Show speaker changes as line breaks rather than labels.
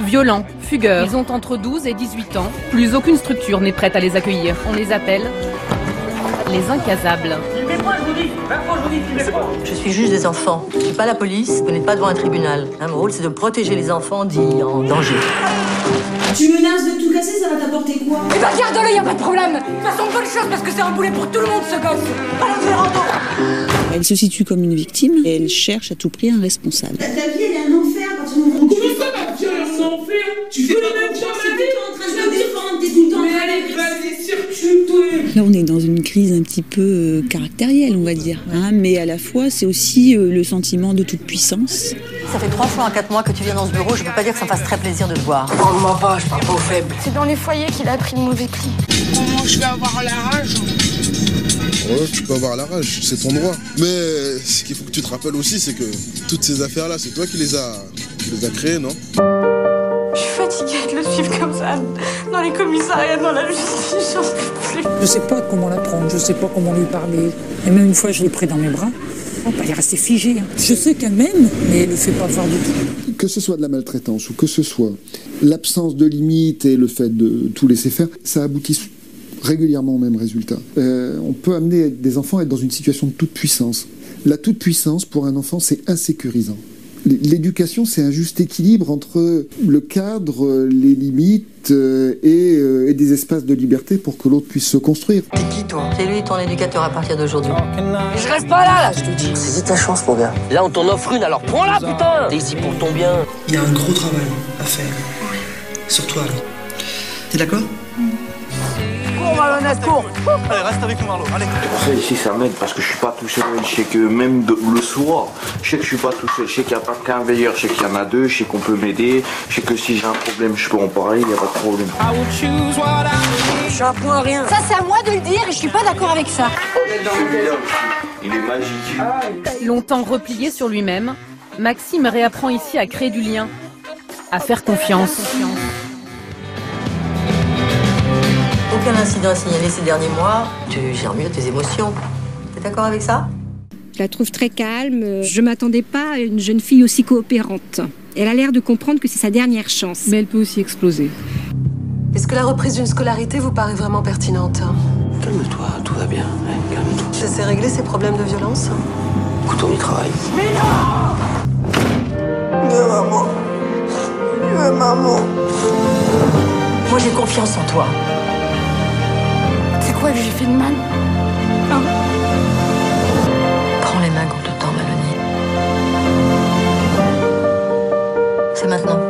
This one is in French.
Violents, fugueurs, ils ont entre 12 et 18 ans. Plus aucune structure n'est prête à les accueillir. On les appelle les incasables.
Filmez pas, je vous dis Vingt fois, je vous dis, filmez pas
Je suis juge des enfants. Je suis pas la police. Vous n'êtes pas devant un tribunal. Hein, mon rôle, c'est de protéger les enfants dits en danger.
Tu menaces de tout casser, ça va t'apporter quoi
Eh ben garde-le, y a pas de problème De toute façon, bonne chose, parce que c'est un boulet pour tout le monde, ce gosse Allons, je le rends
Elle se situe comme une victime et elle cherche à tout prix un responsable.
Ta vie, elle est un enfer quand tu nous
Comment ça, ma vie, elle est un enfer Tu veux le même
Tu
temps,
es tout en train de te défendre, t'es tout le temps
Mais allez, vas-y, circule-toi
Là, on est dans une crise un petit peu euh, caractérielle, on va dire. hein, mais à la fois, c'est aussi euh, le sentiment de toute puissance.
Ça fait trois fois en quatre mois que tu viens dans ce bureau. Je peux pas dire que ça me fasse très plaisir de te voir.
C'est dans les foyers qu'il a pris le mauvais pli.
Comment je vais avoir la rage
Ouais, tu peux avoir la rage, c'est ton droit. Mais ce qu'il faut que tu te rappelles aussi, c'est que toutes ces affaires-là, c'est toi qui les as, qui les as créées, non
Je suis fatiguée de le suivre comme ça, dans les commissariats, dans la justice, j'en peux plus.
Je sais pas comment la prendre, je sais pas comment lui parler. Et même une fois, je l'ai pris dans mes bras. Bon, bah, elle est restée figée. hein. Je sais qu'elle m'aime, mais elle le fait pas voir du tout.
que ce soit de la maltraitance ou que ce soit l'absence de limites et le fait de tout laisser faire, ça aboutit régulièrement au même résultat. Euh, on peut amener des enfants à être dans une situation de toute puissance. La toute puissance pour un enfant, c'est insécurisant. L- L'éducation, c'est un juste équilibre entre le cadre, euh, les limites euh, et, euh, et des espaces de liberté pour que l'autre puisse se construire.
T'es qui, toi C'est lui ton éducateur à partir d'aujourd'hui.
Je reste pas là, là, je te dis
C'est ta chance, mon gars. Là, on t'en offre une, alors prends-la, putain T'es ici pour ton bien.
Il y a un gros travail à faire. Sur toi, alors. T'es d'accord
Cours, Malonette, cours
Ça ici ça m'aide parce que je suis pas tout seul, je sais que même de- le soir, je sais que je suis pas tout seul, je sais qu'il n'y a pas qu'un veilleur, je sais qu'il y en a deux, je sais qu'on peut m'aider, je sais que si j'ai un problème je peux en parler, il n'y a pas de problème.
Je suis un point rien.
Ça, c'est à moi de le dire, et je suis pas d'accord avec ça.
Celui-là aussi, il est magique.
Longtemps replié sur lui-même, Maxime réapprend ici à créer du lien, à faire confiance.
Aucun incident à signaler ces derniers mois. Tu gères mieux tes émotions. T'es d'accord avec ça
Je la trouve très calme. Je m'attendais pas à une jeune fille aussi coopérante. Elle a l'air de comprendre que c'est sa dernière chance.
Mais elle peut aussi exploser.
Est-ce que la reprise d'une scolarité vous paraît vraiment pertinente
Calme-toi, tout va bien, calme-toi.
Ça s'est réglé ces problèmes de violence
Écoute, on y travaille.
Moi, j'ai confiance en toi.
C'est quoi que j'ai fait de mal
Hein Prends les mains contre le temps, Malonie. C'est maintenant.